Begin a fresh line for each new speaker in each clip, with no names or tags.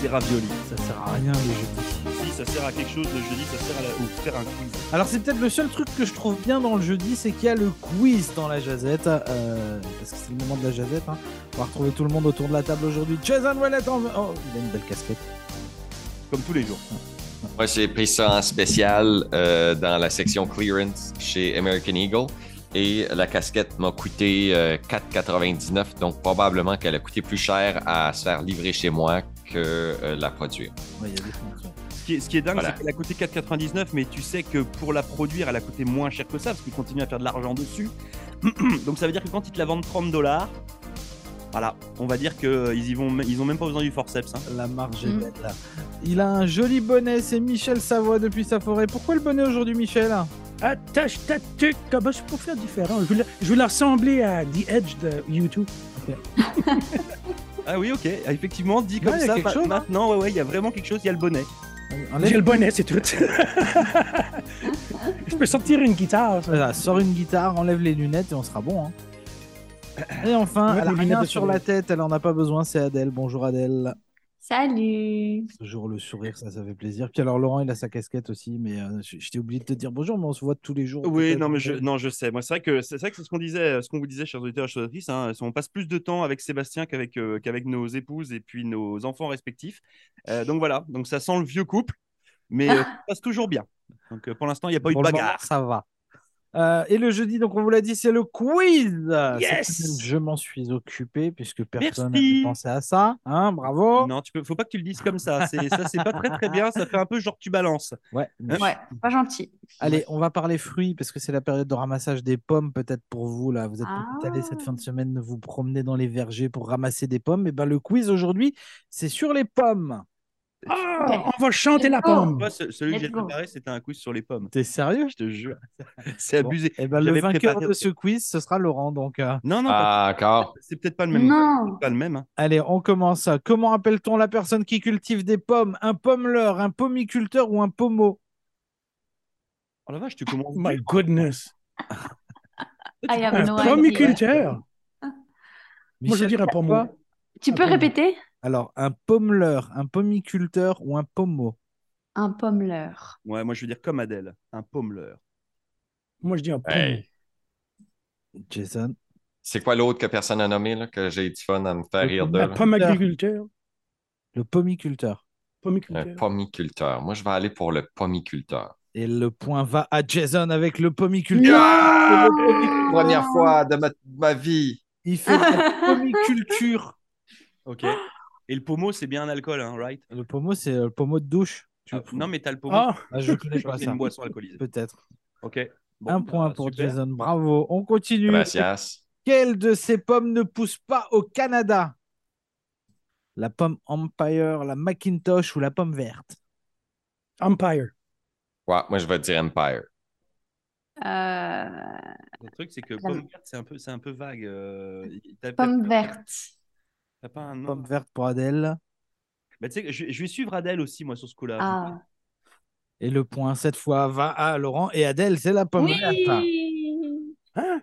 c'est ravioli.
Ça sert à rien les jeudis.
Si ça sert à quelque chose le jeudi, ça sert à la- ou faire un quiz.
Alors c'est peut-être le seul truc que je trouve bien dans le jeudi, c'est qu'il y a le quiz dans la jazette, euh, parce que c'est le moment de la jazette. hein. On va retrouver tout le monde autour de la table aujourd'hui. Jason Wallet, en... oh, il a une belle casquette.
Comme tous les jours.
Moi, j'ai pris ça en spécial euh, dans la section clearance chez American Eagle. Et la casquette m'a coûté euh, 4,99, donc probablement qu'elle a coûté plus cher à se faire livrer chez moi que euh, la produire.
Ouais, il y a des fonctions.
Ce qui est, ce qui est dingue,
Voilà.
c'est qu'elle a coûté 4,99, mais tu sais que pour la produire, elle a coûté moins cher que ça, parce qu'ils continuent à faire de l'argent dessus. Donc ça veut dire que quand ils te la vendent 30 dollars, voilà, on va dire qu'ils vont, m- ils ont même pas besoin du forceps. hein.
La marge est
Mm.
belle là. Il a un joli bonnet, c'est Michel Savoie depuis sa forêt. Pourquoi le bonnet aujourd'hui Michel
Attache ta tuque, comment je peux faire différent? Je voulais, je voulais ressembler à The Edge de YouTube.
Ah oui, ok, Ah, effectivement, dit comme
Ouais, il y a
ça,
quelque
pa-
chose, hein.
maintenant, ouais, ouais, il y a vraiment quelque chose, il y a le bonnet.
J'ai le bonnet, c'est tout. je peux sortir une guitare. ça.
Voilà, sors une guitare, enlève les lunettes et on sera bon. hein. Et enfin,
Ouais,
elle a
les lunettes
rien
de
sur
soleil.
la tête, elle en a pas besoin, c'est Adèle. Bonjour Adèle.
Salut.
Toujours le sourire, ça, ça fait plaisir. Puis alors, Laurent, il a sa casquette aussi, mais euh, je, je t'ai oublié de te dire bonjour, mais on se voit tous les jours.
Oui,
peut-être. euh,
non, mais je, non, je sais. Moi, c'est vrai que c'est c'est vrai que c'est ce qu'on disait, euh, ce qu'on vous disait, chers auditeurs, chers auditrices. hein, c'est- on passe plus de temps avec Sébastien qu'avec euh, qu'avec nos épouses et puis nos enfants respectifs. Euh, donc voilà. Donc ça sent le vieux couple, mais euh, ça se passe toujours bien. Donc euh, pour l'instant, il n'y a pas eu de
Pour le moment,
bagarre.
ça va. Euh, et le jeudi, donc on vous l'a dit, c'est le quiz. Cette
Yes
semaine, Je m'en suis occupé puisque personne n'a
Merci.
pu penser à ça. Hein, bravo.
Non, tu peux. Faut pas que tu le dises comme ça. C'est ça, c'est pas très très bien. Ça fait un peu genre tu balances.
Ouais, mais-
Ouais, pas gentil.
Allez, on va parler fruits parce que c'est la période de ramassage des pommes peut-être pour vous là. Vous êtes
Ah.
peut-être allé cette fin de semaine vous promener dans les vergers pour ramasser des pommes. Et ben le quiz aujourd'hui, c'est sur les pommes.
Ah, on va chanter la
Oh.
Mmh.
pomme.
Moi, ce- celui que
Let's
j'ai
go.
préparé, c'était un quiz sur les pommes.
T'es sérieux
Je te jure, c'est
Bon,
abusé.
Eh ben, le
J'avais
vainqueur
préparé-
de ce quiz, ce sera Laurent. Donc, euh,
Non, non, pas-
Ah, encore?
c'est peut-être pas le même.
Non.
Pas le même. hein.
allez, on commence. Comment appelle-t-on la personne qui cultive des pommes Un pommeleur, un pommiculteur ou un pommeau
Oh la vache, tu commences.
My goodness.
I have
Un
no idea.
pomiculteur. Moi, je
Michel,
dirais pas
pourquoi
moi.
Tu peux
Attends.
répéter
Alors, un pommeleur, un pommiculteur ou un pommeau
Un pommeleur.
Ouais, moi je veux dire comme Adèle, un pommeleur.
Moi, je dis un pomme.
Hey.
Jason.
C'est quoi l'autre que personne n'a nommé, là, que j'ai eu du fun à me faire rire de?
Un
là?
pomme agriculteur.
Le pommiculteur.
Un
Pomiculteur.
pomiculteur. Moi, je vais aller pour le pomiculteur.
Et le point va à Jason avec le pommiculteur.
Ah! Première fois de ma, de ma vie.
Il fait de la pomiculture.
Ok.
Ah
Et le pommeau, c'est bien un alcool, hein, right
Le pommeau, c'est euh, le pommeau de douche. Tu-
Ah, Non, mais t'as le pommeau.
Ah,
Ah, je connais
c'est
pas ça.
une boisson alcoolisée.
Peut-être.
Ok. Bon,
Un point
bah,
pour
super.
Jason. Bravo. On
Eh
continue.
ben, Gracias.
Quelle de ces pommes ne pousse pas au Canada La pomme Empire, la Macintosh ou la pomme verte
Empire.
Ouais, moi, je vais dire Empire.
Euh,
Le truc, c'est que
La-
pomme verte, c'est un peu, c'est un peu vague. euh, t'as-
pomme
t'as-
verte.
T'as pas un nom.
Pomme verte pour Adèle.
Bah, tu sais, que je, je vais suivre Adèle aussi, moi, sur ce coup-là.
Ah.
Et le point cette fois va à Laurent et Adèle, c'est la pomme verte.
Oui.
Hein?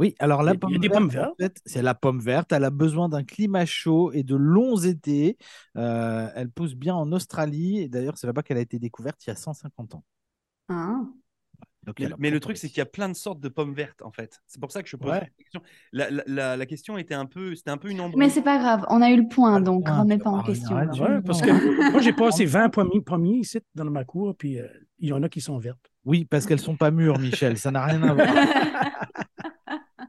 Oui, alors la
Il y a-
pomme
il y a des
verte,
pommes
en fait, c'est la pomme verte. Elle a besoin d'un climat chaud et de longs étés. Euh, elle pousse bien en Australie. Et d'ailleurs, c'est là-bas qu'elle a été découverte il y a 150 ans.
Hein
Donc,
Mais,
elle a
mais le
beaucoup
truc,
réussi.
c'est qu'il y a plein de sortes de pommes vertes, en fait. C'est pour ça que je pose
Ouais.
la question. La, la- la- la question était un peu, c'était un peu une embrouille.
Mais c'est pas grave, on a eu le point,
le
donc
point,
remets
ça
pas en
va,
question.
arrête,
là.
je-
Ouais, parce que moi, j'ai passé 20 pommiers, pommiers ici dans ma cour, puis euh, il y en a qui sont vertes.
Oui, parce qu'elles sont pas mûres, Michel. Ça n'a rien à voir.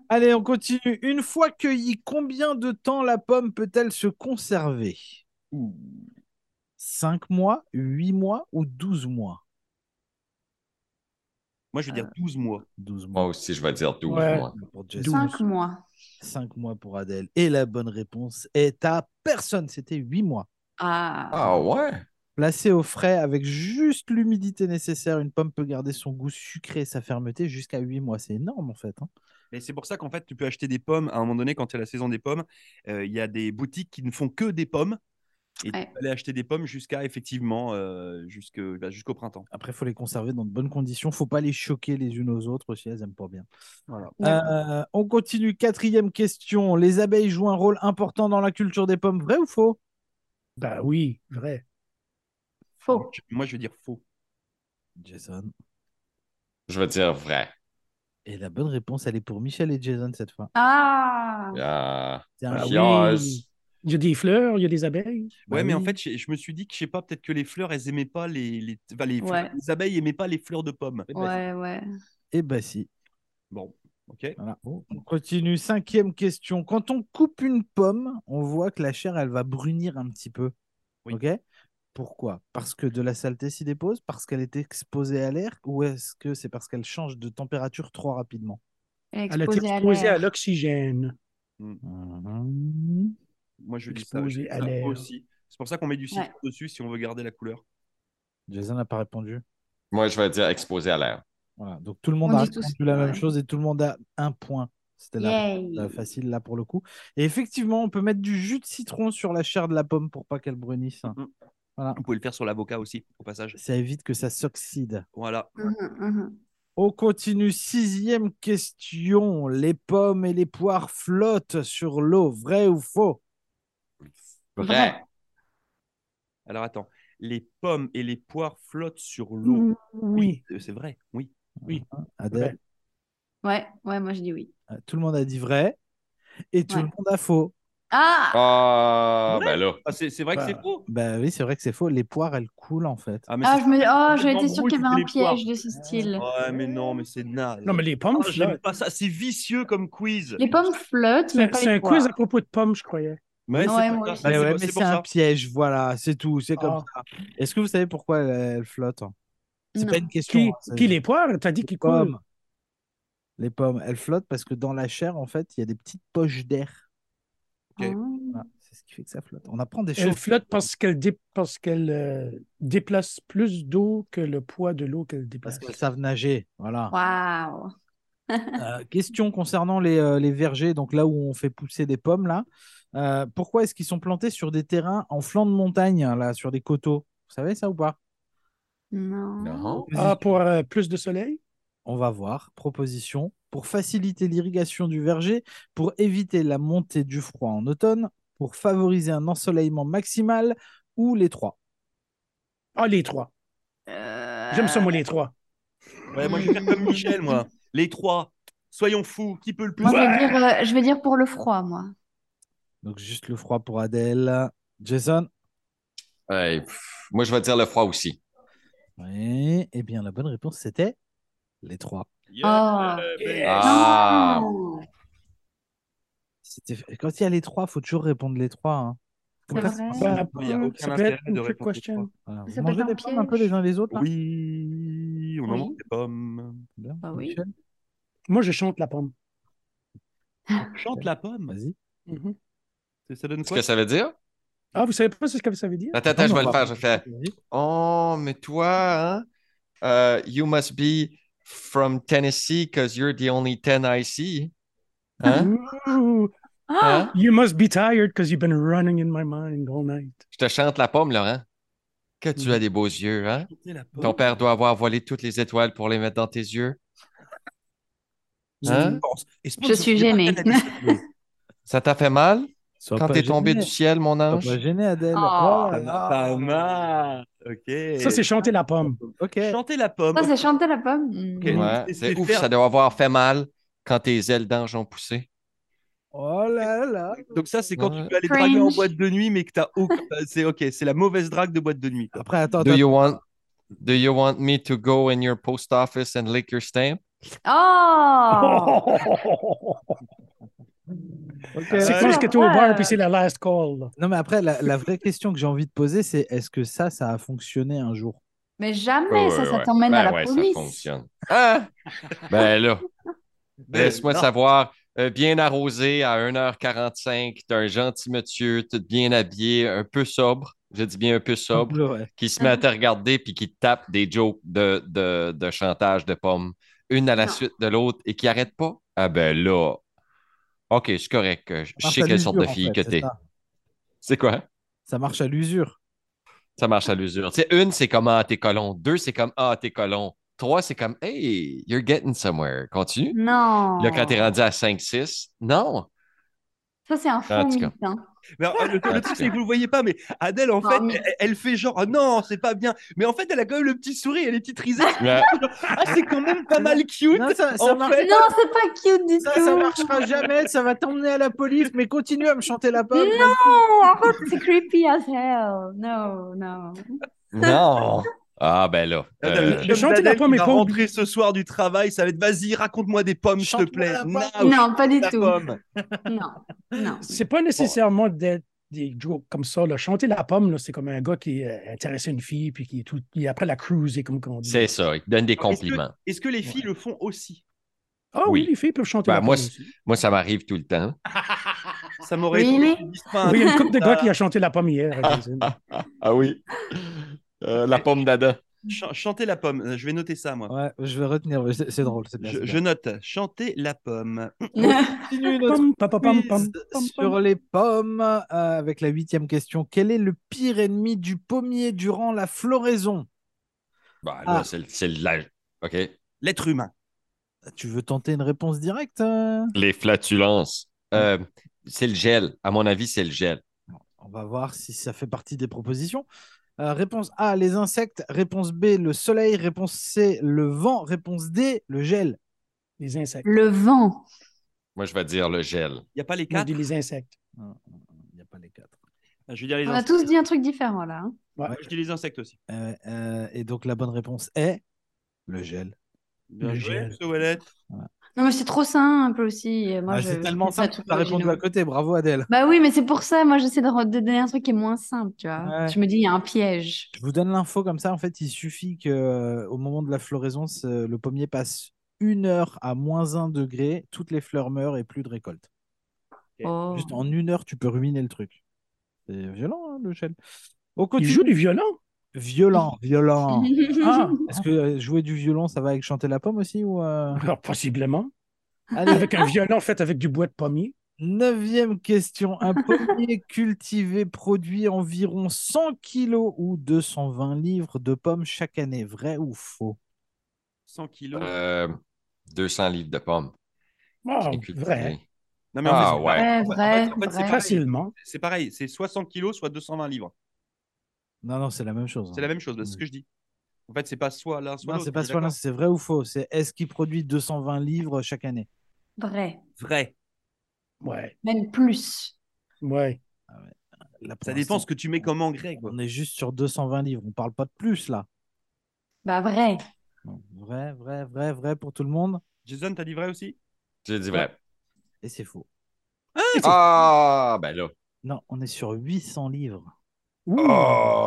Allez, on continue. Une fois cueillie, combien de temps la pomme peut-elle se conserver 5 mois, 8 mois ou 12 mois
Moi, je vais dire
Euh,
12 mois.
12
Moi
mois
aussi, je vais dire 12
Ouais.
mois.
pour
douze.
Jason.
Cinq mois.
5 mois pour Adèle. Et la bonne réponse est à personne. C'était 8 mois.
Ah.
Ah ouais?
Placée au frais avec juste l'humidité nécessaire, une pomme peut garder son goût sucré et sa fermeté jusqu'à 8 mois. C'est énorme en fait. hein.
Mais c'est pour ça qu'en fait, tu peux acheter des pommes. À un moment donné, quand c'est la saison des pommes, euh, il y a des boutiques qui ne font que des pommes. Et
Ouais.
tu peux aller acheter des pommes jusqu'à, effectivement, euh, jusque- bah, jusqu'au printemps.
Après, il faut les conserver dans de bonnes conditions. faut pas les choquer les unes aux autres aussi, elles aiment pas bien.
Voilà.
Euh, on continue. Quatrième question. Les abeilles jouent un rôle important dans la culture des pommes. Vrai ou faux
Ben oui, vrai.
Faux.
Moi, je vais dire faux.
Jason.
Je veux dire vrai.
Et la bonne réponse, elle est pour Michel et Jason cette fois.
Ah.
Ah,
C'est
Ah
un
oui.
jeu.
yes.
Il y a des fleurs, il y a des abeilles.
Bah
Ouais, mais en
oui.
fait, je, je me suis dit que, je sais pas, peut-être que les fleurs, elles aimaient pas les. Les, enfin, les, fleurs-
Ouais.
les abeilles aimaient pas les fleurs de pommes.
Ouais, ouais.
Eh ben si.
Bon, ok.
Voilà. On continue. Cinquième question. Quand on coupe une pomme, on voit que la chair, elle va brunir un petit peu.
Oui.
OK Pourquoi Parce que de la saleté s'y dépose Parce qu'elle est exposée à l'air Ou est-ce que c'est parce qu'elle change de température trop rapidement
Elle est
Elle a été
exposée à
exposée à
l'air.
l'oxygène.
Mhm.
Moi, je dis ça,
Exposé
je dis
à
ça
l'air.
aussi. C'est pour ça qu'on met du
Ouais.
citron dessus si on veut garder la couleur.
Jason n'a pas répondu.
Moi, je vais dire exposé à l'air.
Voilà. Donc tout le monde
On
a
dit tous-
répondu la même
ouais.
chose et tout le monde a un point. C'était la
Yay.
réponse, euh, facile là pour le coup. Et effectivement, on peut mettre du jus de citron sur la chair de la pomme pour pas qu'elle brunisse. hein.
Vous pouvez le faire sur l'avocat aussi, au passage.
Ça évite que ça s'oxyde.
Voilà.
Mhm, mhm.
On continue. Sixième question. Les pommes et les poires flottent sur l'eau. Vrai ou faux
Vrai.
Alors attends, les pommes et les poires flottent sur l'eau.
Mhm.
Mm, Oui.
Euh, C'est vrai, oui.
Adèle
Ouais, ouais, moi je dis oui.
Euh, Tout le monde a dit vrai. Et tout
Ouais.
le monde a faux.
Ah.
Ah, ben là.
Ah, c'est c'est vrai que
Bah.
c'est faux.
Bah oui, c'est vrai que c'est faux. Les poires, elles coulent en fait.
mais
Ah,
c'est-
je me... Oh,
c'est
j'étais sûre
l'embrouille
qu'il y avait un
toutes les
piège de ce style.
fois. Ouais, mais non, mais c'est naze.
Non, mais les pommes,
Ah,
flottent.
J'aime pas ça, c'est vicieux comme quiz.
Les pommes flottent, mais
c'est
pas
c'est
les
un
poires.
quiz à propos de pommes, je croyais.
Ouais, c'est
Ouais,
pas
moi
grave.
aussi.
Bah,
Mais
c'est
ouais,
pour-
mais
c'est
c'est
pour
un
ça.
piège, voilà, c'est tout, c'est comme ça. Est-ce que vous savez pourquoi elle flotte hein C'est
Non.
pas une question.
Qui,
hein, c'est-
qui les poires? T'as dit
les
qu'ils coulent.
pommes. Les pommes, elles flottent parce que dans la chair, en fait, il y a des petites poches d'air.
Ok.
Ah.
Voilà, c'est ce qui fait que ça flotte. On apprend des
Elle
choses.
flotte parce qu'elle dé- parce qu'elle euh, déplace plus d'eau que le poids de l'eau qu'elle
Parce
déplace.
qu'elles savent nager. Voilà.
Waouh.
Euh, question concernant les, euh, les vergers, donc là où on fait pousser des pommes, là. Euh, pourquoi est-ce qu'ils sont plantés sur des terrains en flanc de montagne, là, sur des coteaux Vous savez ça ou pas
Non.
Non.
Ah, pour euh, plus de soleil?
On va voir. Proposition. Pour faciliter l'irrigation du verger, pour éviter la montée du froid en automne, pour favoriser un ensoleillement maximal ou les trois.
Ah, les trois.
Euh,
J'aime ça, moi, les trois.
Ouais, moi je vais faire comme Michel, moi. Les trois, soyons fous, qui peut le plus
Moi, je vais,
Ouais.
dire, euh, je vais dire pour le froid, moi.
Donc juste le froid pour Adèle. Jason
Hey, pff, moi, je vais dire le froid aussi.
Oui. Eh bien, la bonne réponse, c'était les trois.
Yeah,
Oh.
baby.
Ah.
Non.
C'était... Quand il y a les trois, faut toujours répondre les trois. hein. Faut
C'est
pas
vrai.
se-
Ça
Il y a
peut-
aucun
Ben, ça peut
intérêt
être une
de
trick
répondre aux
question.
trois.
Voilà,
Ça
Vous
peut
mangez
être un
des pommes un peu
piège.
les uns les autres là
Oui, on en
Oui.
mange des pommes.
Bien.
Bah oui.
Michel,
Moi, je chante la pomme.
Chante la pomme.
Vas-y.
Mhm.
Ça- Ça donne
Qu'est-ce
quoi
que ça veut dire?
Ah, vous savez pas ce que ça veut dire? Ah,
Attends, attends, je vais le
Attends,
faire. Je fais
Vas-y.
Oh, mais toi, hein? Euh, you must be from Tennessee because you're the only 10 I see. Hein?
Ouh.
Ah.
Hein?
You must be tired because you've been running in my mind all night.
Je te chante la pomme, Laurent. Que tu as des beaux yeux, hein?
Chanter la pomme.
Ton père doit avoir volé toutes les étoiles pour les mettre dans tes yeux.
Mm.
Hein?
Je suis gênée.
Oh
Ça t'a fait mal
Sois
quand
pas
t'es tombé hein.
gêné.
du ciel, mon
Sois
ange?
pas gêné, Adèle.
Oh.
Oh là là.
Pas mal. Ok.
Ça, c'est chanter la pomme.
Ah,
Ok.
chanter la pomme.
Ça, c'est chanter la pomme. Mm.
Ok.
Ouais,
C'est-
c'est
c'est
ouf,
faire-
ça doit avoir fait mal quand tes ailes d'ange ont poussé.
Oh là là.
Donc ça, c'est quand
Ouais.
tu vas aller draguer en
Cringe.
boîte de nuit, mais que t'as aucun... c'est ok, c'est la mauvaise drague de boîte de nuit. quoi.
Après, attends,
Do
attends,
you want Do you want me to go in your post office and lick your stamp?
Oh.
ok.
C'est
Ouais.
quoi ce que tu au bar
Ouais.
puis c'est la last call? là.
Non, mais après, la, la vraie question que j'ai envie de poser, c'est est-ce que ça, ça a fonctionné un jour
Mais jamais ça, ça t'emmène
Bah
à la police.
Ah! ben là,
Ben,
laisse-moi
non.
savoir. euh, bien arrosé à 1h45, d'un gentil monsieur, tout bien habillé, un peu sobre, je dis bien un peu sobre,
Ouais.
qui se met
Ah.
à te regarder puis qui te tape des jokes de, de, de chantage de pommes, une à la
Non.
suite de l'autre et qui arrête pas. Ah ben là, ok, c'est correct. euh, Je
marche
sais
à
quelle sorte de
l'usure, en
fille
fait,
que
c'est
t'es.
ça.
C'est quoi?
Ça marche à l'usure.
Ça marche à l'usure. Tu sais, une, c'est comme Ah, t'es colon. Deux, c'est comme Ah, t'es colon. Trois, c'est comme Hey, you're getting somewhere. Continue.
Non.
Là, quand t'es rendu à 5-6, non.
Ça, c'est un
Ah, en
faux
tout
mythe.
cas.
hein.
Mais alors, le, le
Ah,
truc,
tiens.
c'est que vous le voyez pas, mais Adèle, en
Non,
fait,
mais-
elle, elle fait genre, Ah non, c'est pas bien. Mais en fait, elle a quand même le petit sourire et les petites risettes.
Ouais.
ah, c'est quand même pas mal cute.
Non, ça,
En
ça, marche-
fait-
Non, c'est pas cute du
ça,
tout.
ça marchera jamais, ça va t'emmener à la police, mais continue à me chanter la pomme.
Non, arrête, c'est creepy as hell. No, no.
Non. Ah, ben là.
Madame-
euh,
Madame
Le chanter la
Dadel
pomme
qui
est
va
pas
rentrer ce soir du travail, ça va être vas-y, raconte-moi des pommes, s'il te
Chante-moi
plaît.
la pomme.
Now,
Non, pas du
Ah la
tout.
pomme.
Non, non.
C'est pas nécessairement d'être des jokes comme ça. Là. Chanter la pomme, là, c'est comme un gars qui est euh, intéressé à une fille, puis qui est tout. puis après la cruiser, comme on dit.
c'est ça, il te donne des compliments.
Est-ce que les filles le font aussi
Ah oui,
Oui.
les filles peuvent chanter
Ben,
la
moi,
pomme.
c'est-
aussi.
Moi, ça m'arrive tout le temps.
Ça m'aurait
Oui,
étonné
mais-
qu'ils disent pas un
Oui, il y a une couple de
Ah.
gars qui a chanté la pomme hier. à Jason.
Ah oui.
Euh,
la pomme d'Adam.
Ch- chanter la pomme, Euh, je vais noter ça, moi.
Ouais, je vais retenir, ouais, c'est c'est drôle, c'est bien.
Je,
c'est
je
bien.
note, chanter la pomme.
Continue notre
Pom, pa, pa, pam,
quiz
pam, pam,
sur les pommes euh, avec la huitième question. Quel est le pire ennemi du pommier durant la floraison
Bah, là,
Ah.
c'est le- c'est le- la... OK.
L'être humain.
Ah, Tu veux tenter une réponse directe euh
Les flatulences. Euh, c'est le gel. À mon avis, c'est le gel.
On va voir si ça fait partie des propositions. Euh, réponse A, les insectes. Réponse B, le soleil. Réponse C, le vent. Réponse D, le gel.
Les insectes.
Le vent.
Moi, je vais dire le gel.
Il n'y a pas les quatre.
Moi, je
Ah,
dis les insectes.
Il n'y a pas les quatre.
Je veux dire les
On a
insectes.
tous dit un truc différent là. hein.
Ouais, Je dis les insectes aussi.
Euh, euh, et donc la bonne réponse est le gel.
Bien
Le
joué,
gel.
monsieur Wallet.
Non, mais c'est trop simple aussi. Moi,
Ah,
je-
c'est
je
tellement
pense à
simple que
tout
tu as répondu
originaux.
à côté. Bravo Adèle.
Bah oui, mais c'est pour ça, moi j'essaie de, re- de donner un truc qui est moins simple, tu vois.
Ouais.
Je me dis, il y a un piège.
Je vous donne l'info comme ça. En fait, il suffit que euh, au moment de la floraison, ce- le pommier passe une heure à moins un degré, toutes les fleurs meurent et plus de récolte.
Oh.
Juste en une heure, tu peux ruminer le truc. C'est violent, hein, le gel. Au
Ils
continue.
jouent du violon.
Violent, violent.
Mmh.
Ah,
Est-ce que euh, jouer du violon, ça va avec chanter la pomme aussi ou euh,
alors possiblement.
Allez,
Avec un violon fait avec du bois de pommier.
neuvième question. Un pommier cultivé produit environ 100 kilos ou 220 livres de pommes chaque année. Vrai ou faux
100 kilos.
Euh, 200 livres de pommes.
Ah,
J'ai
vrai.
cultivé.
Non,
ah,
c'est
ouais.
pareil.
Ouais, vrai,
en fait, c'est
vrai.
pareil.
Facilement.
C'est pareil, c'est 60 kilos, soit 220 livres.
Non, non, c'est la même chose. hein.
C'est la même chose, là, c'est ce que je dis. En fait, c'est pas soit l'un, soit
Non,
l'autre.
c'est pas
je suis
soit l'un,
d'accord.
c'est vrai ou faux. C'est est-ce qu'il produit 220 livres chaque année
Vrai,
Vrai.
Ouais.
même plus.
Ouais.
Là, pour
Ça dépend ce
l'instant,
que tu mets comme engrais. quoi.
On est juste sur 220 livres. On parle pas de plus là.
Bah vrai.
Bon, Vrai, vrai, vrai, vrai pour tout le monde.
Jason, t'as dit vrai aussi
J'ai dit vrai.
Et c'est faux.
Ah, ben là.
Non, on est sur 800 livres.
Ouh.
Oh.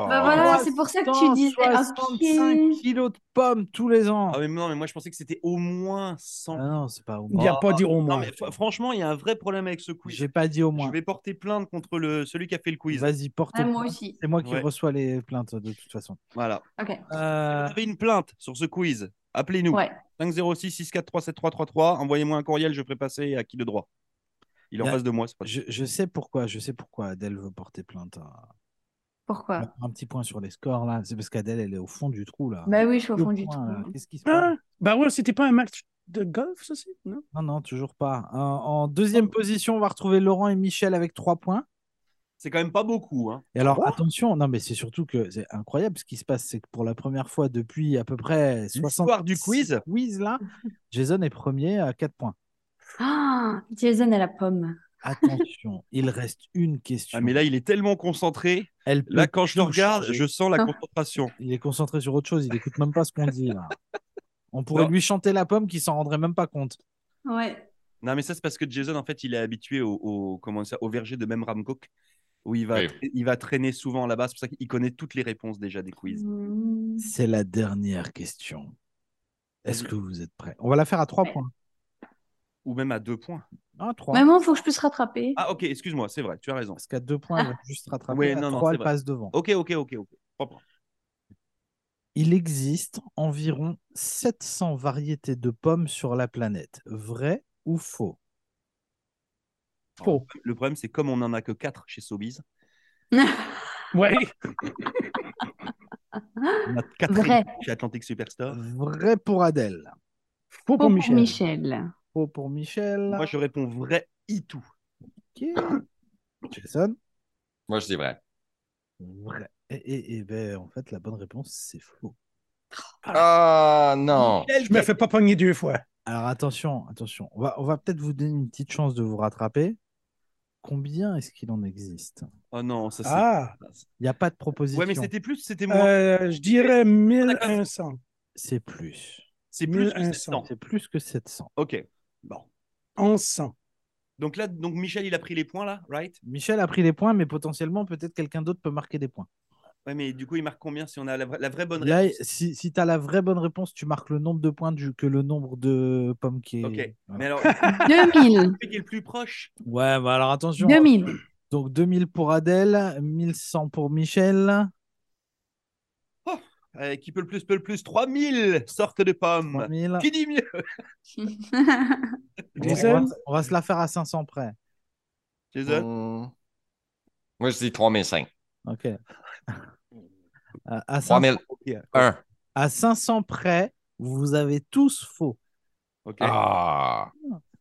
Bah voilà, c'est pour ça que tu disais.
65
ok.
kilos de pommes tous les ans.
Ah, mais non, mais moi, je pensais que c'était au moins
Ah
100
non, c'est pas au
Il
moins.
n'y a
Oh,
pas dit au
Non,
moins.
mais fr- franchement, il y a un vrai problème avec ce quiz.
J'ai pas dit au moins.
Je vais porter plainte contre le, celui qui a fait le quiz.
Vas-y, porte.
Ah, moi
plainte.
aussi.
C'est moi qui
Ouais.
reçois les plaintes de toute façon.
Voilà.
Ok.
Euh,
Vous avez une plainte sur ce quiz. Appelez-nous.
Ouais.
506 643 7333. Envoyez-moi un courriel, je ferai passer à qui de droit. Il est en
Bien.
face de moi, c'est pas
je, je sais pourquoi. Je sais pourquoi Adèle veut porter plainte. à-
Pourquoi
Un petit point sur les scores là. C'est parce qu'Adèle, elle est au fond du trou là.
Bah oui, je suis au
Le
fond du trou.
point, là. Qu'est-ce qui se passe
Ah, bah ouais, c'était pas un match de golf, ça, c'est? Non?
Non, non, toujours pas. En, en
Oh.
deuxième position, on va retrouver Laurent et Michel avec trois points.
C'est quand même pas beaucoup. Hein.
Et alors,
Trois
attention, non, mais c'est surtout que c'est incroyable ce qui se passe. C'est que pour la première fois depuis à peu près 60
L'histoire du quiz.
quiz, là, Jason est premier à quatre points.
Ah, Jason à la pomme.
Attention, il reste une question.
Ah, mais là, il est tellement concentré.
Elle peut
Là, quand je le
tout
regarde,
changer.
je sens la
Ah.
concentration.
Il est concentré sur autre chose, il n'écoute même pas ce qu'on dit là. On pourrait
Non.
lui chanter la pomme qu'il s'en rendrait même pas compte.
Ouais.
Non, mais ça, c'est parce que Jason, en fait, il est habitué au, au, comment ça, au verger de même Ramcook, où il va,
Oui.
tra- il va traîner souvent là-bas. C'est pour ça qu'il connaît toutes les réponses déjà des quiz.
Mmh.
C'est la dernière question. Est-ce que vous êtes prêts On va la faire à trois
Ouais.
points.
Ou même à deux points.
Ah, trois.
Maman, faut que je puisse rattraper.
Ah, ok, excuse-moi, c'est vrai, tu as raison.
Parce qu'à deux points, elle va juste rattraper.
Ah. Ouais,
à
non, non,
trois,
c'est
elle
vrai.
passe devant.
Ok, ok, ok, ok. Trois points.
Il existe environ 700 variétés de pommes sur la planète. Vrai ou faux
Faux.
Le problème, c'est comme on n'en a que 4 chez Sobeys,
Ouais.
Ah, on a 4
Vrai.
chez Atlantic Superstore.
Vrai pour Adèle.
Faux
Faux
pour
pour
Michel.
Michel.
Faux pour Michel.
Moi, je réponds vrai et tout.
Jason
Moi, je dis vrai.
Vrai. Et, et- et ben, en fait, la bonne réponse, c'est faux.
Ah non!
Je me fais pas pogner deux fois.
Alors attention, attention. On va, on va peut-être vous donner une petite chance de vous rattraper. Combien est-ce qu'il en existe
Oh non, ça c'est.
Ah,
Il n'y a pas de proposition.
ouais, mais c'était plus, c'était moins.
euh, je dirais 1100.
C'est plus.
c'est plus que
1100.
700.
C'est plus que 700.
Ok. Bon.
1100.
Donc là, donc Michel, il a pris les points là, right
Michel a pris les points, mais potentiellement, peut-être quelqu'un d'autre peut marquer des points.
Ouais, mais du coup, il marque combien si on a la, vra- la vraie bonne
Là,
réponse
si, si tu as la vraie bonne réponse, tu marques le nombre de points du- que le nombre de pommes qui est.
Ok.
Voilà.
Mais alors,
2000.
celui qui est le plus proche.
Ouais, bah alors attention. hein.
2000.
Donc 2000 pour Adèle, 1100 pour Michel,
Euh, qui peut le plus, peut le plus. 3000 sortes de pommes.
3000.
Qui dit mieux
On
Jason?
va, on va se la faire à 500 près.
Jason
Hmm. Moi, je dis 3005.
Ok. à, à 500,
3001.
à 500 près, vous avez tous faux.
Ok.
Oh. Ah!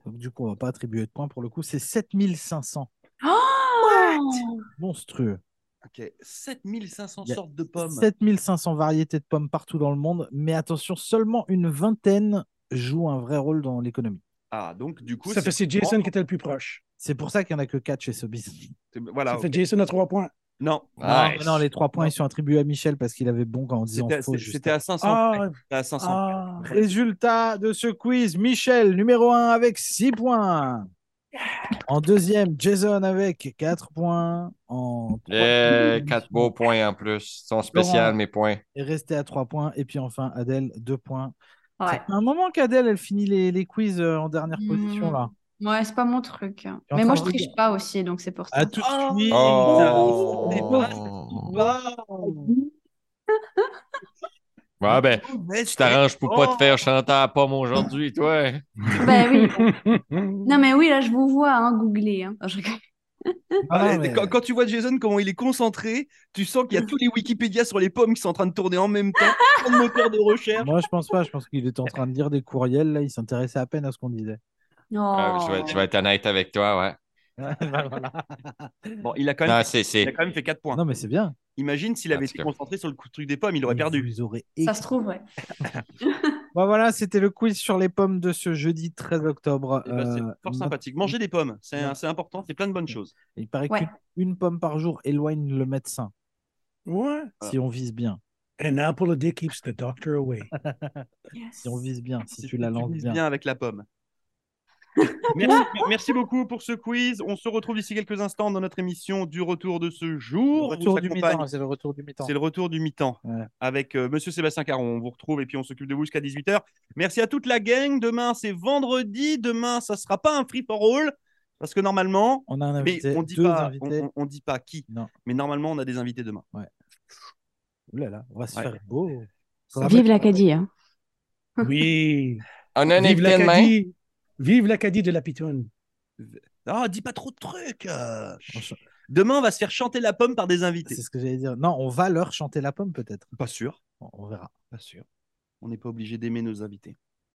Donc, du coup, on va pas attribuer de points pour le coup. C'est 7500.
Oh
Monstrueux.
ok. 7500
Il y a
sortes de pommes.
7500 variétés de pommes partout dans le monde. Mais attention, seulement une vingtaine joue un vrai rôle dans l'économie.
Ah, donc du coup.
Ça fait c'est Jason qui était le plus proche.
C'est pour ça qu'il n'y en a que 4 chez Sobeys.
Voilà.
Ça fait Jason à trois points.
Non.
Non,
Nice.
mais non, les 3 points, ils sont attribués à Michel parce qu'il avait bon quand on disant
C'était
faux.
c'était-
juste
c'était à 500.
Ah,
C'était à 500.
ah.
Résultat de ce quiz, Michel, numéro 1 avec 6 points. En deuxième, Jason avec 4 points. En
Euh,
troisième,
quatre beaux points en plus. Ils sont spéciales, mes points.
est resté à 3 points. Et puis enfin, Adèle, 2 points.
Ouais,
À un moment qu'Adèle, elle finit les, les quiz euh, en dernière
Mm.
position. là.
ouais c'est pas mon truc.
en
Mais
train
moi,
de
je triche
dire.
pas aussi, donc c'est pour ça.
À tout de suite.
Oh!
c'est
Ouais, ben,
Ah.
tu t'arranges pour pas te
Oh.
faire chanter à la pomme aujourd'hui, toi.
Ben oui. Non, mais oui, là, je vous vois hein, googler. hein. Je rigole.
Ah,
Ah,
mais-
quand, quand tu vois Jason, comment il est concentré, tu sens qu'il y a tous les Wikipédia sur les pommes qui sont en train de tourner en même temps, plein de moteurs de recherche.
Moi, je pense pas. Je pense qu'il était en train de lire des courriels. Là, il s'intéressait à peine à ce qu'on disait.
Oh.
Ah, je, vais, je vais être honnête avec toi, ouais.
Bah,
Bon, il a quand même,
Non, c'est,
il a
c'est...
quand même fait 4 points.
Non, mais c'est bien.
Imagine s'il avait
En tout
été
cas.
concentré sur le coup- truc des pommes, il aurait
Mais
perdu.
Vous aurez
Ça se trouve, ouais.
Bon, Bah, voilà, c'était le quiz sur les pommes de ce jeudi 13 octobre.
Eh ben, c'est
Euh,
fort sympathique. Manger des pommes, c'est
Ouais.
c'est important, c'est plein de bonnes choses.
Il paraît
Ouais.
qu'une pomme par jour éloigne le médecin,
Ouais.
si on vise bien.
An apple a day keeps the doctor away.
Si on vise bien, si, tu la lances
vises
bien.
bien avec la pomme. merci, merci beaucoup pour ce quiz. On se retrouve d'ici quelques instants dans notre émission du retour de ce
Le
jour. On
retour du
s'accompagne-
mi-temps, c'est le retour du mi-temps.
C'est le retour du mi-temps
Ouais.
avec euh, Monsieur Sébastien Caron. On vous retrouve et puis on s'occupe de vous jusqu'à 18h. Merci à toute la gang. Demain, c'est vendredi. Demain, ça sera pas un free for all parce que normalement,
On a un
mais
invité,
on dit
deux
pas,
invités.
on, on- on dit pas qui.
Non.
Mais normalement, on a des invités demain.
Ouh là là, on va se
Ouais.
faire beau.
Ça
Vive l'Acadie. hein.
Oui.
On a un
Vive
invité demain.
l'Acadie. Vive l'Acadie de la pitoune.
Ah, dis pas trop de trucs. euh.
On ch-
Demain, on va se faire chanter la pomme par des invités.
C'est ce que j'allais dire. Non, on va leur chanter la pomme peut-être.
Pas sûr.
On on verra.
Pas sûr. On n'est pas obligé d'aimer nos invités.